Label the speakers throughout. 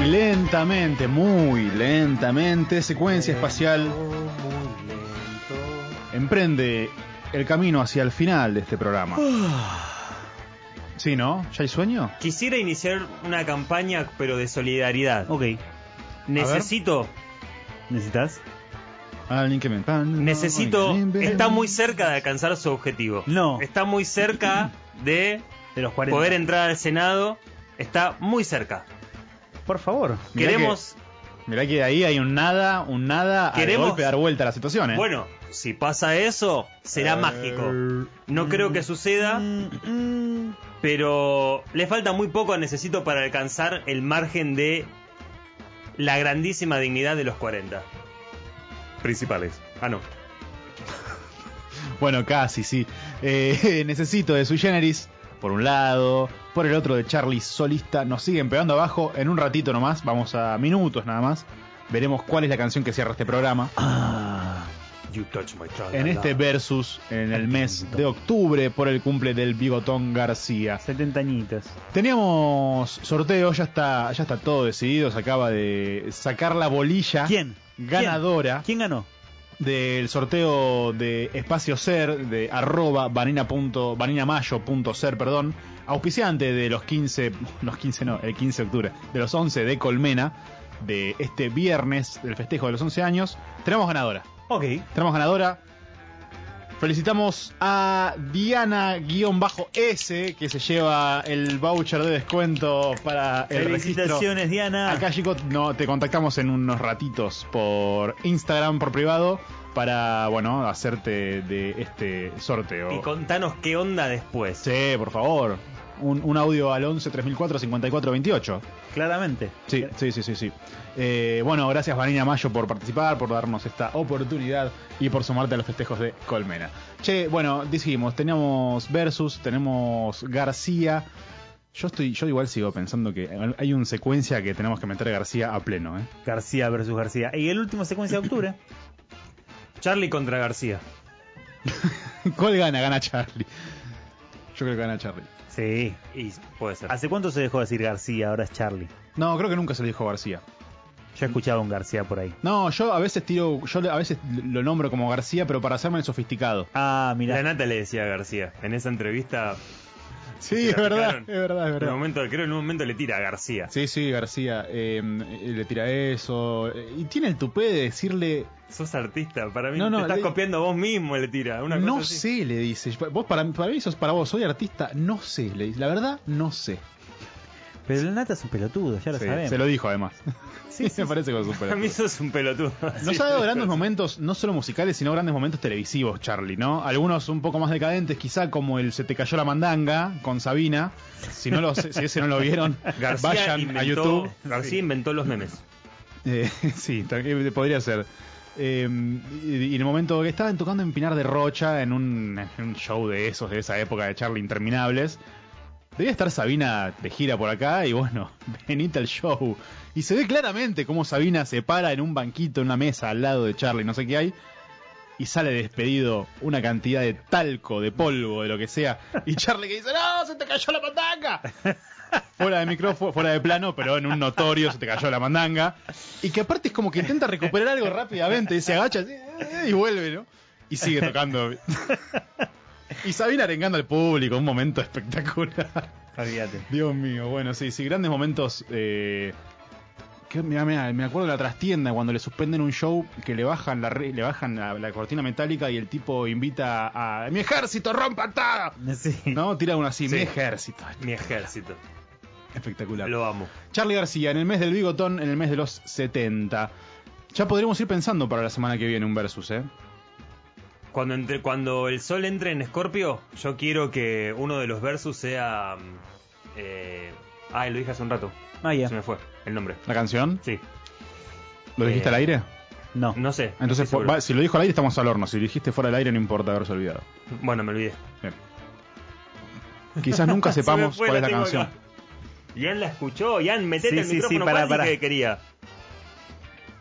Speaker 1: lentamente, muy lentamente, secuencia espacial emprende el camino hacia el final de este programa.
Speaker 2: Ah.
Speaker 1: ¿Sí, no? ¿Ya hay sueño?
Speaker 2: Quisiera iniciar una campaña, pero de solidaridad.
Speaker 3: Ok.
Speaker 2: Necesito,
Speaker 1: Ah,
Speaker 3: ¿Necesitas?
Speaker 1: Alguien que me- pan,
Speaker 2: necesito,
Speaker 1: alguien que me-
Speaker 2: está muy cerca de alcanzar su objetivo.
Speaker 3: No.
Speaker 2: Está muy cerca de
Speaker 3: De los 40.
Speaker 2: poder entrar al Senado. Está muy cerca.
Speaker 3: Por favor.
Speaker 1: Mirá que-
Speaker 2: Queremos,
Speaker 1: Mirá que ahí hay un nada, un nada, a
Speaker 2: Queremos-
Speaker 1: golpe dar vuelta a la situación, ¿eh?
Speaker 2: bueno, si pasa eso, será mágico. No creo que suceda,
Speaker 1: mm.
Speaker 2: pero le falta muy poco a Necesito para alcanzar el margen de la grandísima dignidad de los 40. Principales. Ah, no.
Speaker 1: Bueno, casi, sí. Eh, necesito de su generis, por un lado, por el otro de Charlie solista. Nos siguen pegando abajo en un ratito nomás, vamos a minutos nada más. Veremos cuál es la canción que cierra este programa.
Speaker 3: Ah,
Speaker 2: You touch my child.
Speaker 1: En este versus, en el mes de octubre, por el cumple del bigotón García.
Speaker 3: 70 añitas.
Speaker 1: Teníamos sorteo, ya está, ya está todo decidido. Se acaba de sacar la bolilla
Speaker 3: ¿Quién?
Speaker 1: ganadora.
Speaker 3: ¿Quién ganó?
Speaker 1: del sorteo de Espacio Ser de arroba vanina punto- vaninamayo.ser, perdón, auspiciante de los 15, los 15 no, el 15 de octubre, de los 11 de Colmena, de este viernes del festejo de los 11 años, tenemos ganadora.
Speaker 3: Ok.
Speaker 1: Tenemos ganadora. Felicitamos a Diana-S que se lleva el voucher de descuento para el registro
Speaker 3: Felicitaciones, Diana.
Speaker 1: Acá, chicos, no, te contactamos en unos ratitos por Instagram, por privado, para, bueno, hacerte de este
Speaker 2: Y
Speaker 1: sorteo.
Speaker 2: contanos qué onda después.
Speaker 1: Sí, por favor. Un, un audio al 11 3004 54 28.
Speaker 3: Claramente.
Speaker 1: Sí, sí, sí, sí. sí. Eh, bueno, gracias Vanina Mayo por participar, por darnos esta oportunidad y por sumarte a los festejos de Colmena. Che, bueno, dijimos, teníamos Versus, tenemos García. Yo estoy, yo igual sigo pensando que hay una secuencia que tenemos que meter a García a pleno, ¿eh?
Speaker 3: García versus García. Y el último secuencia de octubre.
Speaker 2: Charlie contra García.
Speaker 1: ¿Cuál gana? Gana Charlie. Yo creo que gana Charlie.
Speaker 3: sí.
Speaker 2: Y puede ser.
Speaker 3: ¿Hace cuánto se dejó de decir García? Ahora es Charlie.
Speaker 1: No, creo que nunca se lo dijo García.
Speaker 3: Yo he escuchado un García por ahí.
Speaker 1: No, yo a veces tiro, yo a veces lo nombro como García, pero para hacerme el sofisticado.
Speaker 3: Ah,
Speaker 2: La
Speaker 3: mira.
Speaker 2: nata le decía a García. En esa entrevista,
Speaker 1: Sí,
Speaker 2: la
Speaker 1: es verdad, es
Speaker 2: picaron.
Speaker 1: verdad, es
Speaker 2: en un
Speaker 1: verdad.
Speaker 2: momento, creo en un momento le tira a García.
Speaker 1: Sí, sí, García. eh, le tira eso. eh, Y tiene el tupé de decirle.
Speaker 2: Sos artista, para mí
Speaker 1: No, no,
Speaker 2: te estás
Speaker 1: le-
Speaker 2: copiando a vos mismo, le tira. Una cosa
Speaker 1: No
Speaker 2: así.
Speaker 1: sé, le dice. Vos para, para mí sos para vos, soy artista, no sé. Le dice. La verdad, no sé.
Speaker 3: Pero el Nata es un pelotudo, ya lo
Speaker 1: Sí,
Speaker 3: sabemos.
Speaker 1: se lo dijo además. Sí, me parece que lo
Speaker 2: Para
Speaker 1: supera.
Speaker 2: mí sos un pelotudo.
Speaker 1: Nos ha dado grandes momentos, no solo musicales, sino grandes momentos televisivos, Charlie, ¿no? Algunos un poco más decadentes, quizá como el Se te cayó la mandanga con Sabina. Si, no lo, si ese no lo vieron,
Speaker 2: García
Speaker 1: vayan
Speaker 2: inventó,
Speaker 1: a YouTube.
Speaker 2: García inventó los memes.
Speaker 1: Eh, sí, ta- eh, podría ser. Eh, y, y en el momento que estaban tocando en Pinar de Rocha, en un, en un show de esos, de esa época de Charlie Interminables, debía estar Sabina de gira por acá y bueno, venite al show. Y se ve claramente cómo Sabina se para en un banquito, en una mesa al lado de Charlie, no sé qué hay, y sale despedido una cantidad de talco, de polvo, de lo que sea. Y Charlie que dice, ¡No, se te cayó la mandanga! Fuera de micrófono, fuera de plano, pero en un notorio se te cayó la mandanga. Y que aparte es como que intenta recuperar algo rápidamente, y se agacha así, eh, y vuelve, ¿no? Y sigue tocando. Y Sabina arengando al público, un momento espectacular.
Speaker 3: Olvídate.
Speaker 1: Dios mío, bueno, sí, sí, grandes momentos. Eh, que, mirá, mirá, me acuerdo de la trastienda cuando le suspenden un show que le bajan la re- le bajan la, la cortina metálica y el tipo invita a mi ejército rompa todo.
Speaker 3: Sí.
Speaker 1: No, tira uno así,
Speaker 2: Sí.
Speaker 1: mi ejército.
Speaker 2: Mi ejército.
Speaker 1: Espectacular.
Speaker 2: Lo amo.
Speaker 1: Charlie García, en el mes del bigotón, en el mes de los 70. Ya podríamos ir pensando para la semana que viene un versus, ¿eh?
Speaker 2: Cuando, entre- cuando el sol entre en Escorpio, yo quiero que uno de los versos sea. mm, Eh, ay, lo dije hace un rato.
Speaker 3: Maya.
Speaker 2: Se me fue el nombre.
Speaker 1: ¿La canción?
Speaker 2: Sí.
Speaker 1: ¿Lo dijiste
Speaker 2: Eh,
Speaker 1: al aire?
Speaker 3: No.
Speaker 2: No sé. no
Speaker 1: Entonces,
Speaker 2: estoy
Speaker 1: va-
Speaker 2: seguro.
Speaker 1: si lo dijo al aire estamos al horno. Si lo dijiste fuera del aire no importa haberse olvidado.
Speaker 2: Bueno, me olvidé.
Speaker 1: Bien. Quizás nunca
Speaker 2: Se me
Speaker 1: sepamos
Speaker 2: fue,
Speaker 1: cuál es la
Speaker 2: tengo
Speaker 1: canción.
Speaker 2: acá. Ian la escuchó, Ian, metete
Speaker 3: Sí,
Speaker 2: el
Speaker 3: sí, sí,
Speaker 2: micrófono
Speaker 3: pará,
Speaker 2: ¿cuál dije
Speaker 3: pará.
Speaker 2: que quería.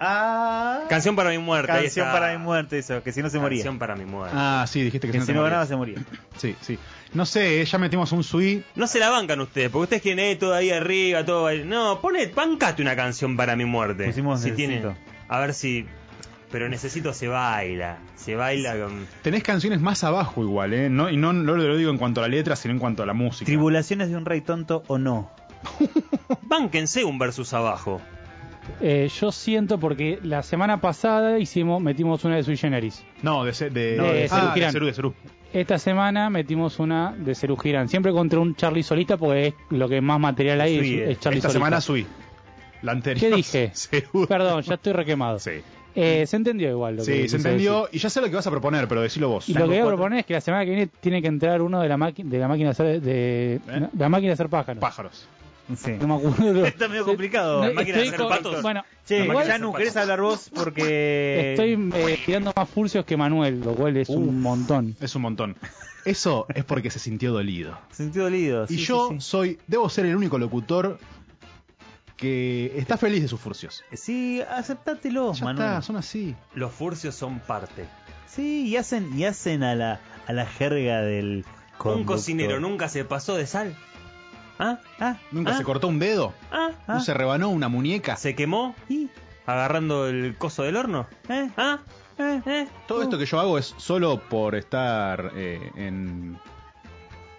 Speaker 3: Ah.
Speaker 2: Canción para mi muerte. ahí
Speaker 3: Canción
Speaker 2: está.
Speaker 3: para mi muerte, eso, que si no se moría.
Speaker 2: Canción para mi muerte.
Speaker 1: Ah, sí, dijiste que,
Speaker 3: Que
Speaker 1: si
Speaker 3: si
Speaker 1: no
Speaker 3: no
Speaker 1: te
Speaker 3: ganaba
Speaker 1: morías.
Speaker 3: se moría.
Speaker 1: Sí, sí. No sé, eh, ya metimos un sui.
Speaker 2: No se la bancan ustedes, porque ustedes quieren eh, todo ahí arriba, todo ahí. No, pone, bancate una canción para mi muerte.
Speaker 3: Pusimos
Speaker 2: si
Speaker 3: Necesito.
Speaker 2: tiene, A ver si. Pero necesito se baila. Se baila con.
Speaker 1: Tenés canciones más abajo igual, ¿eh? No, y no, no lo digo en cuanto a la letra, sino en cuanto a la música.
Speaker 3: Tribulaciones de un rey tonto o no.
Speaker 2: Bánquense un versus abajo.
Speaker 4: Eh, yo siento porque la semana pasada hicimos, metimos una de Sui Generis.
Speaker 1: no, de, Ce- de,
Speaker 4: No, de Serú
Speaker 1: ah, de
Speaker 4: Girán.
Speaker 1: Serú, de Serú.
Speaker 4: Esta semana metimos una de Serú Girán. Siempre contra un Charlie solista porque es lo que más material hay
Speaker 3: Sui,
Speaker 4: es,
Speaker 3: eh.
Speaker 4: es Charlie
Speaker 1: Esta
Speaker 4: solista.
Speaker 1: semana sui. La anterior.
Speaker 4: ¿Qué dije?
Speaker 1: Serú.
Speaker 4: Perdón, ya estoy requemado.
Speaker 1: Sí.
Speaker 4: Eh, se entendió igual lo que
Speaker 1: Sí,
Speaker 4: quise
Speaker 1: se entendió.
Speaker 4: decir.
Speaker 1: Y ya sé lo que vas a proponer, pero decilo vos.
Speaker 4: Y lo que voy a
Speaker 3: Cuatro.
Speaker 4: proponer es que la semana que viene tiene que entrar uno de la máquina de la máquina de hacer, de, de la máquina de hacer pájaros.
Speaker 1: Pájaros.
Speaker 3: Sí.
Speaker 4: No me acuerdo.
Speaker 3: Está medio complicado.
Speaker 4: No,
Speaker 2: La máquina de
Speaker 4: estoy
Speaker 2: hacer
Speaker 4: con-
Speaker 2: patos.
Speaker 4: Bueno,
Speaker 3: Che,
Speaker 4: igual
Speaker 3: Janu, ¿querés hablar vos? Porque.
Speaker 4: estoy eh, tirando más furcios que Manuel, lo cual es un montón.
Speaker 1: Es un montón. Eso es porque se sintió dolido.
Speaker 3: Sentido dolido.
Speaker 1: Y
Speaker 3: sí,
Speaker 1: yo
Speaker 3: sí, sí.
Speaker 1: soy, debo ser el único locutor que está feliz de sus furcios.
Speaker 3: Eh, Sí, aceptátelo,
Speaker 1: Ya
Speaker 3: Oh, Manuel.
Speaker 1: está, son así.
Speaker 2: Los furcios son parte.
Speaker 3: Sí, y hacen, y hacen a la a la jerga del
Speaker 2: Un
Speaker 3: conductor.
Speaker 2: cocinero nunca se pasó de sal. ¿Ah?
Speaker 3: Ah,
Speaker 1: Nunca
Speaker 3: ah,
Speaker 1: se cortó un dedo,
Speaker 2: ¿Ah?
Speaker 1: no
Speaker 3: Ah.
Speaker 1: se rebanó una muñeca.
Speaker 2: ¿Se quemó?
Speaker 3: y,
Speaker 2: ¿Agarrando el coso del horno?
Speaker 3: eh,
Speaker 2: ¿Ah?
Speaker 3: eh, eh.
Speaker 1: Todo esto que yo hago es solo por estar eh, en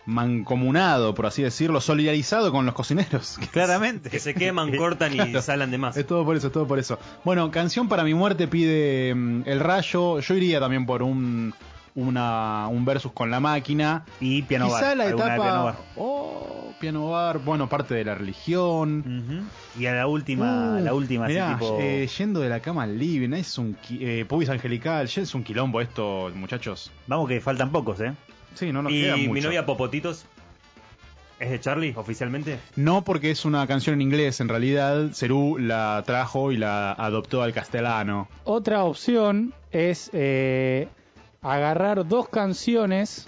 Speaker 1: mancomunado, por así decirlo, solidarizado con los cocineros.
Speaker 3: Claramente.
Speaker 2: Que se queman, cortan y salan de más.
Speaker 1: Es todo por eso, es todo por eso. Bueno, canción para mi muerte pide mm, El Rayo. Yo iría también por un una, un versus con la máquina.
Speaker 3: Y piano
Speaker 1: Quizá
Speaker 3: bar.
Speaker 1: la
Speaker 3: alguna de
Speaker 1: etapa.
Speaker 3: Piano bar.
Speaker 1: Oh, piano bar. Bueno, parte de la religión.
Speaker 3: Ujú. Y a la última,
Speaker 1: Uh,
Speaker 3: la última, así
Speaker 1: mirá,
Speaker 3: tipo.
Speaker 1: eh, yendo de la cama al living, es un qui- eh, pubis angelical, ya es un quilombo esto, muchachos.
Speaker 3: Vamos que faltan pocos, ¿eh?
Speaker 1: Sí, no nos queda
Speaker 2: ¿Y
Speaker 1: mucho.
Speaker 2: mi novia Popotitos? ¿Es de Charlie oficialmente?
Speaker 1: No porque es una canción en inglés, en realidad Cerú la trajo y la adoptó al castellano.
Speaker 4: Otra opción es eh, agarrar dos canciones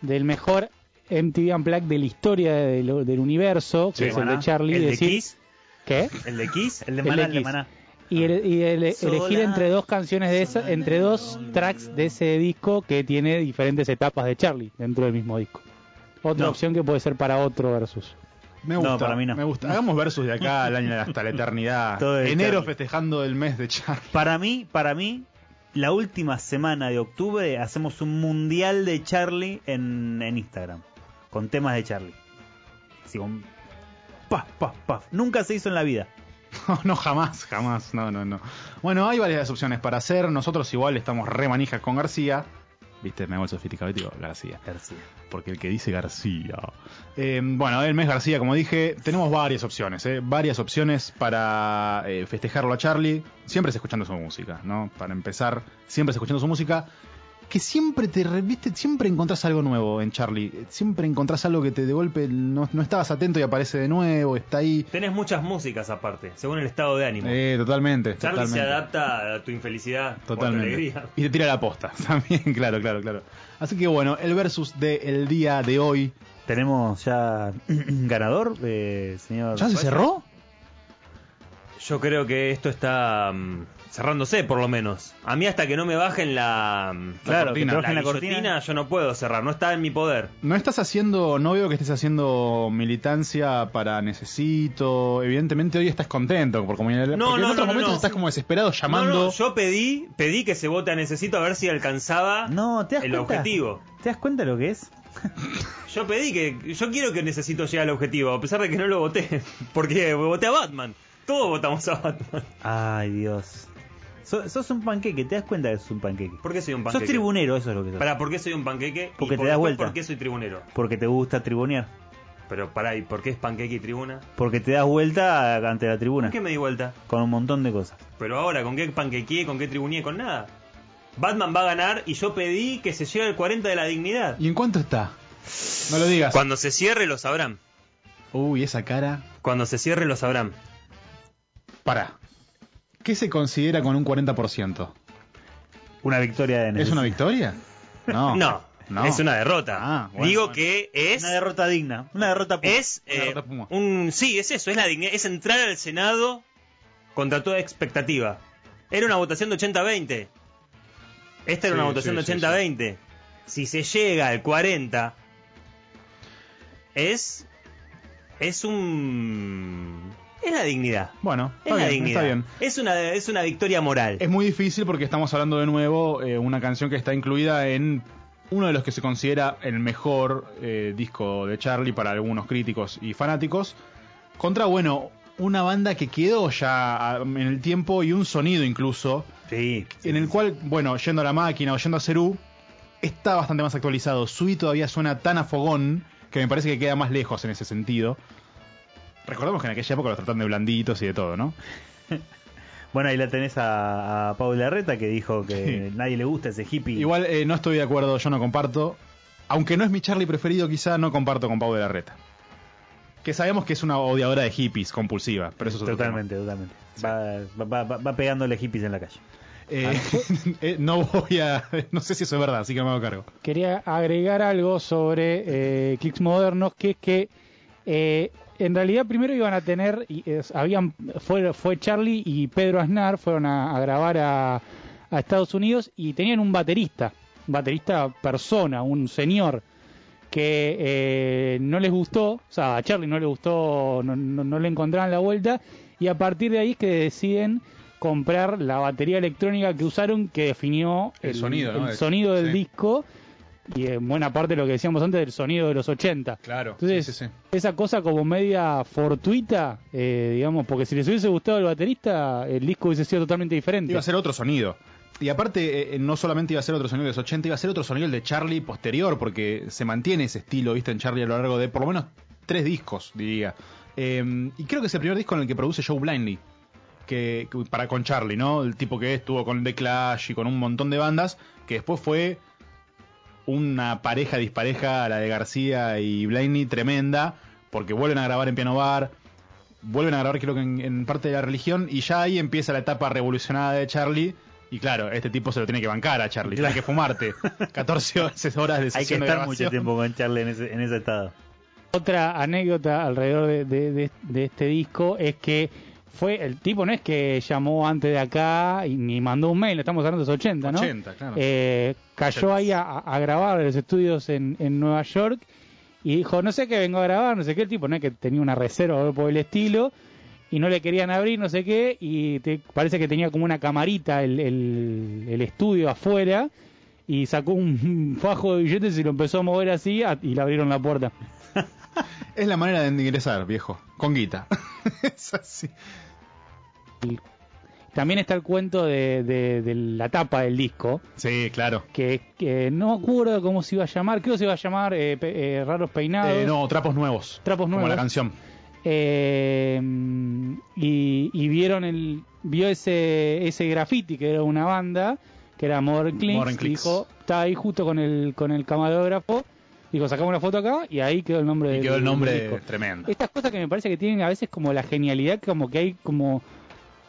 Speaker 4: del mejor MTV Unplugged de la historia de lo- del universo,
Speaker 1: Sí,
Speaker 4: que es el
Speaker 3: Maná.
Speaker 4: de Charlie,
Speaker 2: ¿El de
Speaker 4: decir,
Speaker 2: Kiss?
Speaker 4: ¿qué?
Speaker 2: ¿El de Kiss?
Speaker 3: El de
Speaker 4: El
Speaker 3: Maná,
Speaker 4: de
Speaker 3: el de
Speaker 4: Kiss.
Speaker 3: Maná.
Speaker 4: Y, el- y el-
Speaker 2: Sola,
Speaker 4: elegir entre dos canciones de esa, entre dos tracks de ese disco que tiene diferentes etapas de Charlie dentro del mismo disco. Otra
Speaker 3: No.
Speaker 4: opción que puede ser para otro versus.
Speaker 1: Me
Speaker 3: No,
Speaker 1: gusta,
Speaker 3: para mí no.
Speaker 1: me gusta. Hagamos versus de acá al año hasta la eternidad.
Speaker 3: Todo de
Speaker 1: Enero
Speaker 3: Charlie.
Speaker 1: festejando el mes de Charlie.
Speaker 3: Para mí, para mí, la última semana de octubre hacemos un mundial de Charlie en, en Instagram. Con temas de Charlie. Así con. Paf, paf, paf. Nunca se hizo en la vida.
Speaker 1: No, no, jamás, jamás. No, no, no. Bueno, hay varias opciones para hacer. Nosotros igual estamos re manijas con García. Viste, me hago el sofisticado y digo García.
Speaker 3: García.
Speaker 1: Porque el que dice García. Eh, bueno, el mes García, como dije, tenemos varias opciones, ¿eh? Varias opciones para eh, festejarlo a Charlie. Siempre es escuchando su música, ¿no? Para empezar, siempre es escuchando su música. Que siempre te re- viste, siempre encontrás algo nuevo en Charlie. Siempre encontrás algo que te de golpe no, no estabas atento y aparece de nuevo, está ahí.
Speaker 2: Tenés muchas músicas aparte, según el estado de ánimo.
Speaker 1: Eh, totalmente.
Speaker 2: Charlie
Speaker 1: totalmente.
Speaker 2: se adapta a tu infelicidad o a tu
Speaker 1: Totalmente.
Speaker 2: alegría.
Speaker 1: Y te tira la posta también, claro, claro, claro. Así que bueno, el versus del día de hoy.
Speaker 3: ¿Tenemos ya ganador, eh, señor?
Speaker 1: ¿Ya se cerró?
Speaker 2: Yo creo que esto está mm, cerrándose, por lo menos. A mí hasta que no me bajen la, mm,
Speaker 3: Claro, que
Speaker 1: cortina.
Speaker 3: te bajen
Speaker 2: la
Speaker 3: la cortina.
Speaker 2: guillotina, yo no puedo cerrar, no está en mi poder.
Speaker 1: No estás haciendo, no veo que estés haciendo militancia para necesito. Evidentemente hoy estás contento, porque como en, el-
Speaker 2: No,
Speaker 1: porque en
Speaker 2: no,
Speaker 1: otros
Speaker 2: no, no,
Speaker 1: momentos
Speaker 2: no.
Speaker 1: estás como desesperado llamando.
Speaker 2: No, no, yo pedí, pedí que se vote a Necesito a ver si alcanzaba
Speaker 3: No, ¿te das
Speaker 2: el
Speaker 3: cuenta?
Speaker 2: objetivo.
Speaker 3: ¿Te das cuenta lo que es?
Speaker 2: Yo pedí que, yo quiero que Necesito llegue al objetivo, a pesar de que no lo voté, porque voté a Batman. Todos votamos a Batman.
Speaker 3: Ay, Dios. So- sos un panqueque, te das cuenta que sos un panqueque.
Speaker 2: ¿Por qué soy un
Speaker 3: Sos
Speaker 2: panqueque?
Speaker 3: tribunero, eso es lo que sos.
Speaker 2: Para, ¿por qué soy un panqueque? Y
Speaker 3: Porque te
Speaker 2: por-
Speaker 3: das vuelta.
Speaker 2: ¿Por qué soy tribunero?
Speaker 3: Porque te gusta tribunear.
Speaker 2: Pero pará, ¿y por qué es panqueque y tribuna?
Speaker 3: Porque te das vuelta ante la tribuna.
Speaker 2: ¿Con qué me di vuelta?
Speaker 3: Con un montón de cosas.
Speaker 2: Pero ahora, ¿con qué panquequeé? ¿Con qué tribuneé? Con nada. Batman va a ganar y yo pedí que se llegue al 40 de la dignidad.
Speaker 1: ¿Y en cuánto está? No lo digas.
Speaker 2: Cuando se cierre lo sabrán.
Speaker 1: Uy, esa cara.
Speaker 2: Cuando se cierre lo sabrán.
Speaker 1: Para. ¿Qué se considera con un 40%?
Speaker 3: Una victoria de
Speaker 1: ¿Es
Speaker 3: Neces-
Speaker 1: una victoria? No.
Speaker 2: No, es una derrota.
Speaker 1: Ah, bueno,
Speaker 2: Digo
Speaker 1: bueno.
Speaker 2: que es...
Speaker 3: Una derrota digna. Una derrota pura.
Speaker 2: es
Speaker 1: Una
Speaker 2: eh,
Speaker 1: derrota Puma.
Speaker 2: un sí es eso es la dignidad es entrar al senado contra toda expectativa. Era una votación de 80-20. Esta
Speaker 1: Sí,
Speaker 2: era una votación
Speaker 1: sí, sí,
Speaker 2: de 80-20. Si se llega al 40, es. Es un. Es la dignidad.
Speaker 1: Bueno,
Speaker 2: Es
Speaker 1: está
Speaker 2: la
Speaker 1: bien,
Speaker 2: dignidad.
Speaker 1: está bien. Em-
Speaker 2: Es, una, es una victoria moral.
Speaker 1: Es muy difícil porque estamos hablando de nuevo eh, una canción que está incluida en uno de los que se considera el mejor eh, disco de Charlie para algunos críticos y fanáticos. Contra, bueno, una banda que quedó ya ah, en el tiempo y un sonido incluso,
Speaker 3: Sí.
Speaker 1: en el cual, bueno, yendo a la máquina o yendo a Cerú, está bastante más actualizado. Sui todavía suena tan a fogón que me parece que queda más lejos en ese sentido. Recordemos que en aquella época los tratan de blanditos y de todo, ¿no?
Speaker 3: Bueno, ahí la tenés a, a Paula Reta que dijo que nadie le gusta ese hippie.
Speaker 1: Igual eh, no estoy de acuerdo, yo no comparto. Aunque no es mi Charlie preferido, quizá no comparto con Pau de la Reta. Que sabemos que es una odiadora de hippies compulsiva, pero eso es otro
Speaker 3: Totalmente, totalmente. Va, va, va- va pegándole hippies en la calle.
Speaker 1: tema. Eh, eh, no voy a. No sé si eso es verdad, así que no me hago cargo.
Speaker 4: Quería agregar algo sobre eh, clics modernos, que es que eh, en realidad primero iban a tener, y es- habían fue, fue Charlie y Pedro Aznar, fueron a, a grabar a, a Estados Unidos y tenían un baterista, un baterista persona, un señor, que eh, no les gustó, o sea, a Charlie no le gustó, no, no- no le encontraban la vuelta, y a partir de ahí es que deciden comprar la batería electrónica que usaron que definió
Speaker 1: El sonido, ¿no?
Speaker 4: el
Speaker 1: El-
Speaker 4: sonido del
Speaker 1: sí.
Speaker 4: disco y en buena parte lo que decíamos antes del sonido de los 80.
Speaker 1: Claro,
Speaker 4: Entonces,
Speaker 1: sí, sí, sí.
Speaker 4: esa cosa como media fortuita, eh, digamos, porque si les hubiese gustado el baterista, el disco hubiese sido totalmente diferente.
Speaker 1: Iba a ser otro sonido. Y aparte, eh, no solamente iba a ser otro sonido de los 80, iba a ser otro sonido el de Charlie posterior, porque se mantiene ese estilo, viste, en Charlie a lo largo de por lo menos tres discos, diría. Eh, y creo que es el primer disco en el que produce Joe Blindly, que, que- para con Charlie, ¿no? El tipo que estuvo con The Clash y con un montón de bandas, que después fue una pareja dispareja, la de García y Blaney, tremenda, porque vuelven a grabar en Piano Bar, vuelven a grabar creo que en, en parte de la religión, y ya ahí empieza la etapa revolucionada de Charlie. Y claro, este tipo se lo tiene que bancar a Charlie, tiene que fumarte 14 horas- horas de
Speaker 3: Hay que
Speaker 1: sesión de
Speaker 3: estar mucho
Speaker 1: grabación.
Speaker 3: tiempo con Charlie en ese, en ese estado.
Speaker 4: Otra anécdota alrededor de, de- de- de este disco es que fue el tipo no es que llamó antes de acá y ni mandó un mail, estamos hablando de los 80, ¿no?
Speaker 1: 80, claro.
Speaker 4: Eh, cayó ahí a, a grabar en los estudios en, en Nueva York y dijo, no sé qué vengo a grabar, no sé qué, el tipo no es que tenía una reserva o algo por el estilo y no le querían abrir, no sé qué, y te- parece que tenía como una camarita el, el- el estudio afuera y sacó un fajo de billetes y lo empezó a mover así a- y le abrieron la puerta.
Speaker 1: Es la manera de ingresar, viejo, con guita. es así.
Speaker 4: También está el cuento de, de- de la tapa del disco,
Speaker 1: Sí, claro.
Speaker 4: que, que no me acuerdo cómo se iba a llamar, creo que se iba a llamar eh, pe- eh, Raros Peinados.
Speaker 1: Eh, no, trapos nuevos.
Speaker 4: Trapos
Speaker 1: Como
Speaker 4: Nuevos.
Speaker 1: la canción.
Speaker 4: Eh, y, y vieron el vio ese ese graffiti que era una banda que era Modern Clicks,
Speaker 1: Modern Clicks.
Speaker 4: dijo está ahí justo con el con el camarógrafo dijo sacamos una foto acá y ahí quedó el nombre
Speaker 1: Y
Speaker 4: del-
Speaker 1: quedó el
Speaker 4: del
Speaker 1: nombre
Speaker 4: disco.
Speaker 1: tremendo.
Speaker 4: estas cosas que me parece que tienen a veces como la genialidad, como que hay como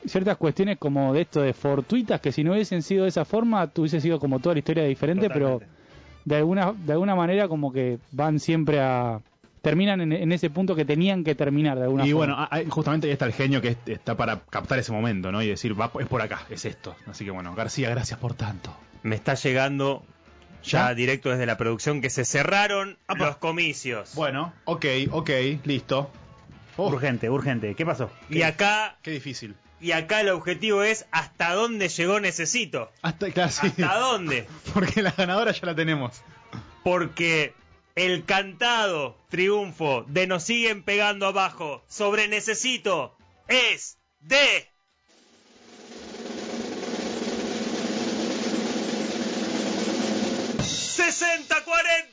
Speaker 4: ciertas cuestiones como de esto de fortuitas que si no hubiesen sido de esa forma tu- hubiese sido como toda la historia diferente,
Speaker 3: Totalmente.
Speaker 4: pero de alguna de alguna manera como que van siempre a terminan en, en ese punto que tenían que terminar de alguna
Speaker 1: Y
Speaker 4: forma.
Speaker 1: bueno, ah, ah, justamente ahí está el genio que es- está para captar ese momento, ¿no? Y decir, va, es por acá, es esto. Así que bueno, García, gracias por tanto.
Speaker 2: Me está llegando ya
Speaker 1: ¿Ya?
Speaker 2: directo desde la producción que se cerraron los comicios.
Speaker 1: Bueno, ok, ok, listo. Oh,
Speaker 3: Urgente, urgente. ¿Qué pasó?
Speaker 2: y acá
Speaker 1: qué difícil.
Speaker 2: y acá el objetivo es hasta dónde llegó necesito.
Speaker 1: Hasta, claro, sí.
Speaker 2: ¿Hasta dónde?
Speaker 1: Porque la ganadora ya la tenemos.
Speaker 2: Porque el cantado triunfo de nos siguen pegando abajo sobre necesito es de ¡60-40!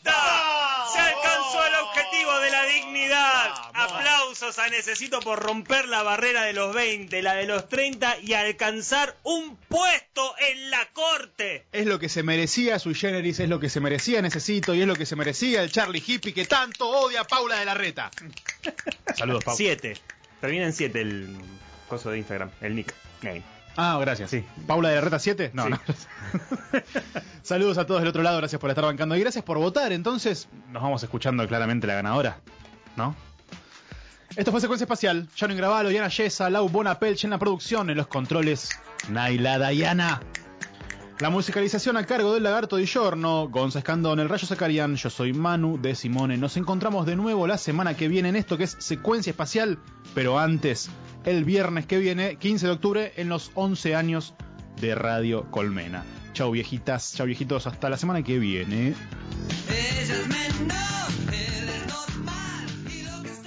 Speaker 2: Se alcanzó el objetivo de la dignidad. Aplausos a Necesito por romper la barrera de los 20, la de los 30 y alcanzar un puesto en la corte.
Speaker 1: Es lo que se merecía su generis, es lo que se merecía Necesito y es lo que se merecía el Charlie Hippie que tanto odia a Paula de la Reta. Saludos, Paula.
Speaker 2: 7. Termina en 7 el coso de Instagram, el nick. Name.
Speaker 1: Ah, gracias. ¿Paula de la Reta 7? No, no. Saludos a todos del otro lado, gracias por estar bancando y gracias por votar. Entonces, nos vamos escuchando claramente la ganadora, ¿no? Esto fue Secuencia Espacial. Sharon Gravalo, Diana Yesa, Lau Bonapelch en la producción, en los controles, Naila Dayana. La musicalización a cargo del Lagarto Di Giorno, Gonza Escandón, El Rayo Zacarián, yo soy Manu de Simone. Nos encontramos de nuevo la semana que viene en esto que es Secuencia Espacial, pero antes, el viernes que viene, 15 de octubre, en los 11 años de Radio Colmena. Chau viejitas, chau viejitos, hasta la semana que viene.
Speaker 5: Ella es menor, él es normal y lo que